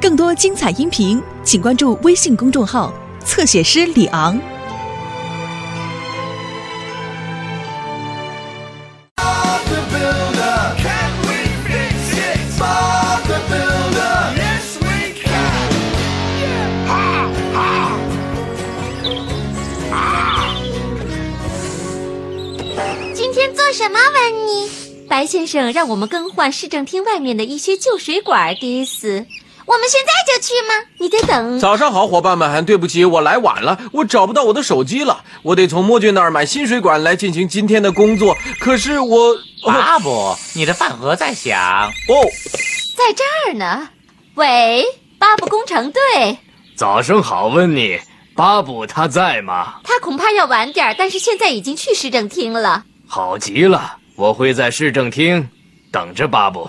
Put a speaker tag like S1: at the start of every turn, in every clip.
S1: 更多精彩音频，请关注微信公众号“侧写师李昂”。
S2: Bob the Builder. Can we fix it? Bob the Builder. Yes, we can. Ha, ha. Ah.
S3: 今天做什么，温妮？白先生让我们更换市政厅外面的一些旧水管，迪斯。我们现在就去吗？你得等。
S4: 早上好，伙伴们，对不起，我来晚了，我找不到我的手机了，我得从摸君那儿买新水管来进行今天的工作。可是我，哦，
S5: 巴布，你的饭盒在响。
S4: 哦
S3: 在这儿呢。喂，巴布工程队，
S6: 早上好，问你，巴布他在吗？
S3: 他恐怕要晚点儿，但是现在已经去市政厅了。
S6: 好极了，我会在市政厅等着巴布。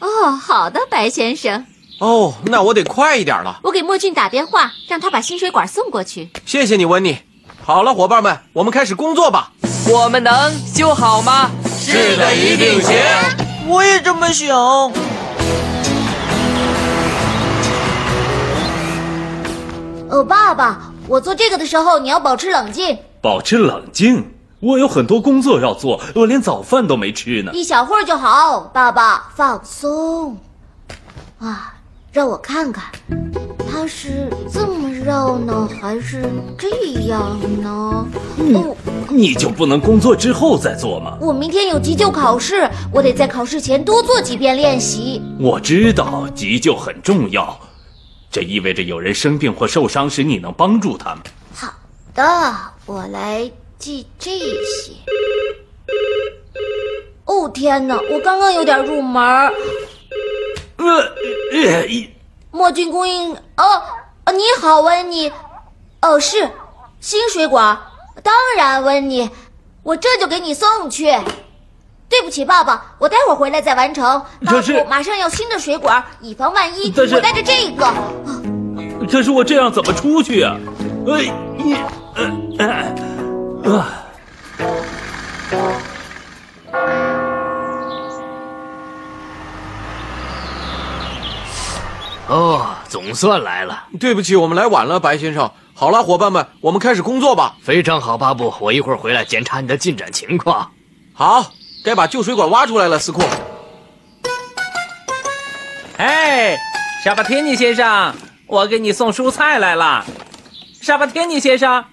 S3: 哦，好的，白先生，
S4: 哦，那我得快一点了。
S3: 我给莫俊打电话，让他把新水管送过去。
S4: 谢谢你，温妮。好了，伙伴们，我们开始工作吧。
S7: 我们能修好吗？
S4: 是的，一定行。
S7: 我也这么想。
S8: 呃，爸爸，我做这个的时候你要保持冷静，
S9: 保持冷静，我有很多工作要做，我连早饭都没吃呢。
S8: 一小会儿就好。爸爸，放松。啊，让我看看，它是这么绕呢，还是这样呢？哦，
S9: 你就不能工作之后再做吗？
S8: 我明天有急救考试，我得在考试前多做几遍练习。
S9: 我知道急救很重要，这意味着有人生病或受伤时，你能帮助他们。
S8: 好的，我来记这些。哦天哪，我刚刚有点入门儿。
S9: 呃呃，一
S8: 墨菌供应哦，呃你好，温妮。哦，是新水管，当然，温妮，我这就给你送去。对不起，爸爸，我待会儿回来再完成。
S9: 可是
S8: 爸爸马上要新的水管，以防万一，
S9: 但是
S8: 我带着这个。
S9: 可是我这样怎么出去啊？呃，一呃呃啊，
S6: 哦，总算来了，
S4: 对不起，我们来晚了，白先生。好了，伙伴们，我们开始工作吧。
S6: 非常好，巴布，我一会儿回来检查你的进展情况。
S4: 好，该把旧水管挖出来了，司库。
S5: 哎，沙巴天尼先生，我给你送蔬菜来了。沙巴天尼先生，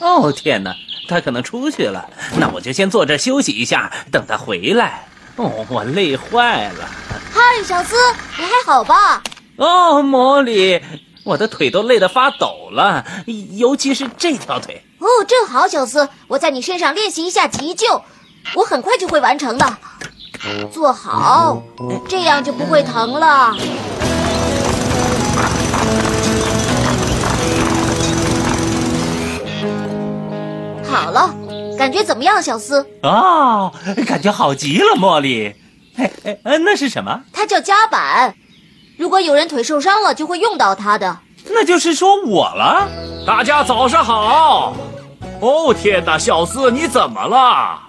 S5: 哦天哪，他可能出去了，那我就先坐这儿休息一下，等他回来。哦，我累坏了。
S8: 嗨，小斯，你还好吧？
S5: 哦，魔力，我的腿都累得发抖了，尤其是这条腿。
S8: 哦，正好，小斯，我在你身上练习一下急救，我很快就会完成的。坐好，这样就不会疼了。好了，感觉怎么样，小斯？
S7: 哦，感觉好极了，茉莉。嘿，哎呃那是什么？
S8: 它叫夹板，如果有人腿受伤了，就会用到它的。
S7: 那就是说我了。
S6: 大家早上好。哦天哪，小四，你怎么了？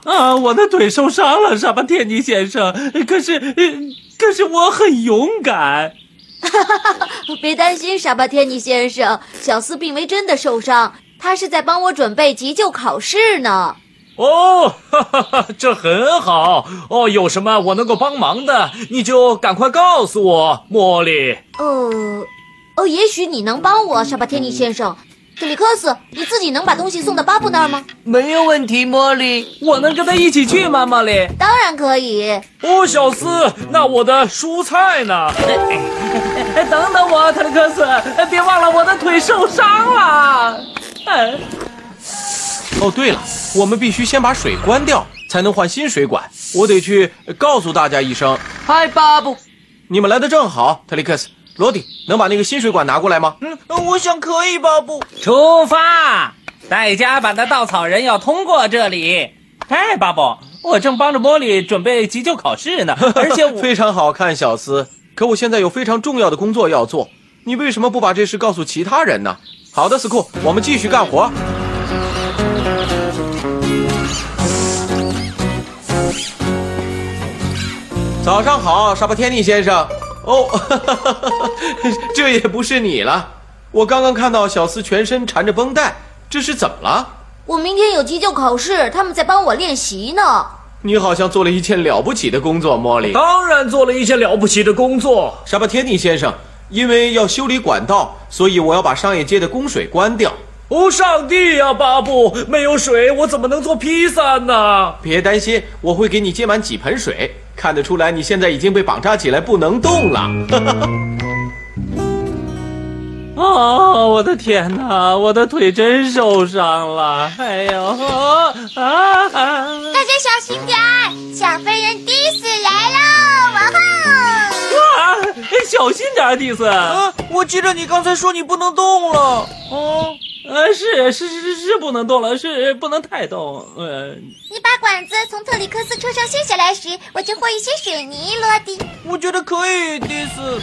S7: 啊，我的腿受伤了，沙巴天尼先生。可是，呃可是我很勇敢。
S8: 别担心，傻巴天尼先生，小斯并没真的受伤，他是在帮我准备急救考试呢。
S6: 哦，哈哈哈，这很好。哦，有什么我能够帮忙的，你就赶快告诉我，茉莉。
S8: 呃，哦，也许你能帮我，沙巴天尼先生。克里克斯，你自己能把东西送到巴布那儿吗？
S7: 没有问题，茉莉。
S5: 我能跟他一起去吗，茉莉？
S8: 当然可以。
S6: 哦，小斯，那我的蔬菜呢？
S5: 哎，等等我，特里克斯，哎别忘了我的腿受伤了。哎，
S4: 哦，对了，我们必须先把水关掉，才能换新水管。我得去呃告诉大家一声。
S7: 嗨，巴布。
S4: 你们来的正好，特里克斯、罗迪，能把那个新水管拿过来吗？
S7: 我想可以，巴布。
S5: 出发！带甲板的稻草人要通过这里。哎，巴布，我正帮着茉莉准备急救考试 呢，而且我
S4: 非常好看，小斯。可我现在有非常重要的工作要做，你为什么不把这事告诉其他人呢？好的，斯库，我们继续干活。早上好，沙巴天尼先生。哦， 这也不是你了。我刚刚看到小斯全身缠着绷带，这是怎么了？
S8: 我明天有急救考试，他们在帮我练习呢。
S4: 你好像做了一件了不起的工作，莫里。
S6: 当然做了一件了不起的工作。
S4: 沙巴天尼先生，因为要修理管道，所以我要把商业街的供水关掉。
S6: 哦，上帝呀、巴布，没有水我怎么能做披萨呢？
S4: 别担心，我会给你接满几盆水。看得出来，你现在已经被绑扎起来，不能动了。
S5: 哦，我的天哪，我的腿真受伤了！哎呦，啊！
S3: 大家小心点儿，小飞人迪斯来喽！哇哦！
S5: 啊，小心点儿，迪斯。啊，
S10: 我记得你刚才说你不能动了。
S5: 哦，呃，是是是是是不能动了，是不能太动。呃，
S3: 你把管子从特里克斯车上卸下来时，我就和一些水泥落地。
S10: 我觉得可以，迪斯。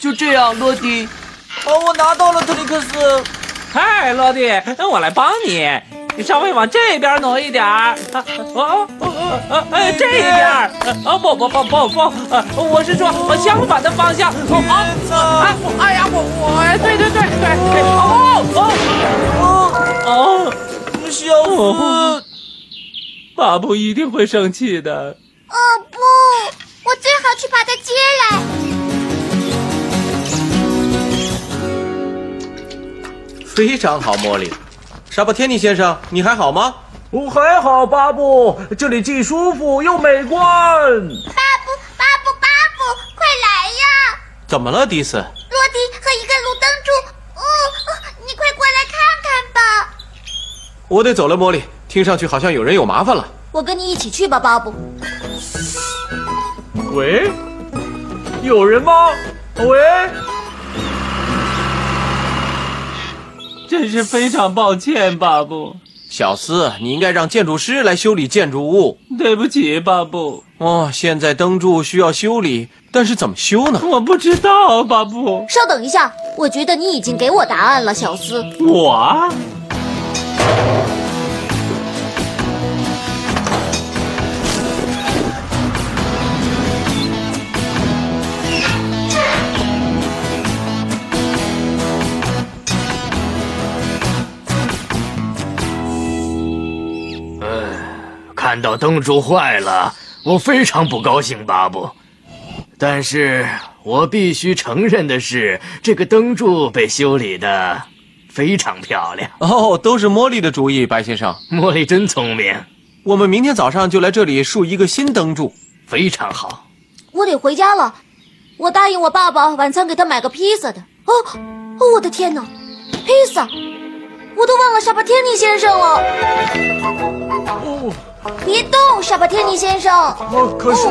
S10: 就这样，落地。哦，我拿到了特里克斯。
S5: 嗨，落地，我来帮你，你稍微往这边挪一点儿。啊哦哦哦哦，哎，这边儿。啊不不不不不，啊我是说往相反的方向。哦哦啊！哎呀，我我对对对对，哦哦哦哦，
S10: 小斯，
S5: 巴布一定会生气的。
S3: 哦不，我最好去把它接来。
S4: 非常好，莫里。沙巴天尼先生，你还好吗？
S6: 哦，还好，巴布，这里既舒服又美观。
S3: 巴布巴布巴布，快来呀！
S4: 怎么了，迪斯？
S3: 落地和一个路灯柱，哦，哦你快过来看看吧。
S4: 我得走了，莫里。听上去好像有人有麻烦了。
S8: 我跟你一起去吧，巴布。
S6: 喂，有人吗？喂，
S5: 真是非常抱歉，巴布。
S4: 小斯，你应该让建筑师来修理建筑物。
S5: 对不起，巴布，
S4: 哦，现在灯柱需要修理，但是怎么修呢？
S5: 我不知道，巴布。
S8: 稍等一下，我觉得你已经给我答案了，小斯。
S5: 我啊，
S9: 看到灯柱坏了，我非常不高兴，巴布。但是我必须承认的是，这个灯柱被修理的非常漂亮。
S4: 哦，都是莫里的主意，白先生。
S9: 茉莉真聪明，
S4: 我们明天早上就来这里竖一个新灯柱。
S9: 非常好。
S8: 我得回家了，我答应我爸爸晚餐给他买个披萨的。哦，哦，我的天哪，披萨！我都忘了沙巴天尼先生了。别动，沙巴天尼先生！
S6: 哦，可是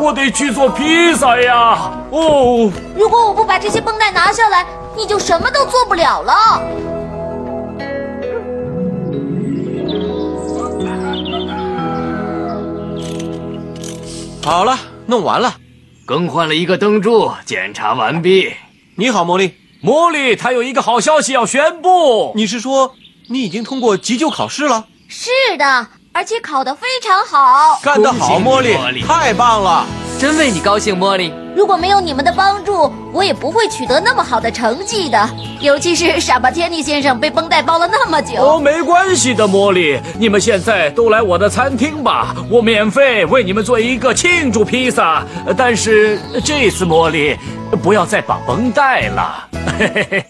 S6: 我得去做披萨呀。哦，
S8: 如果我不把这些绷带拿下来，你就什么都做不了了。
S4: 好了，弄完了。
S9: 更换了一个灯柱，检查完毕。
S4: 你好，莫莉，
S6: 茉莉，她有一个好消息要宣布。
S4: 你是说你已经通过急救考试了？
S8: 是的，而且考得非常好。
S4: 干得好，
S9: 恭
S4: 茉
S9: 喜你
S4: 莉
S9: 茉，莉
S4: 太棒了！
S10: 真为你高兴，茉莉。
S8: 如果没有你们的帮助，我也不会取得那么好的成绩的。尤其是傻巴天尼先生被绷带包了那么久。
S6: 哦，没关系的，茉莉，你们现在都来我的餐厅吧，我免费为你们做一个庆祝披萨。呃但是这次，茉莉不要再绑绷带了。嘿嘿嘿，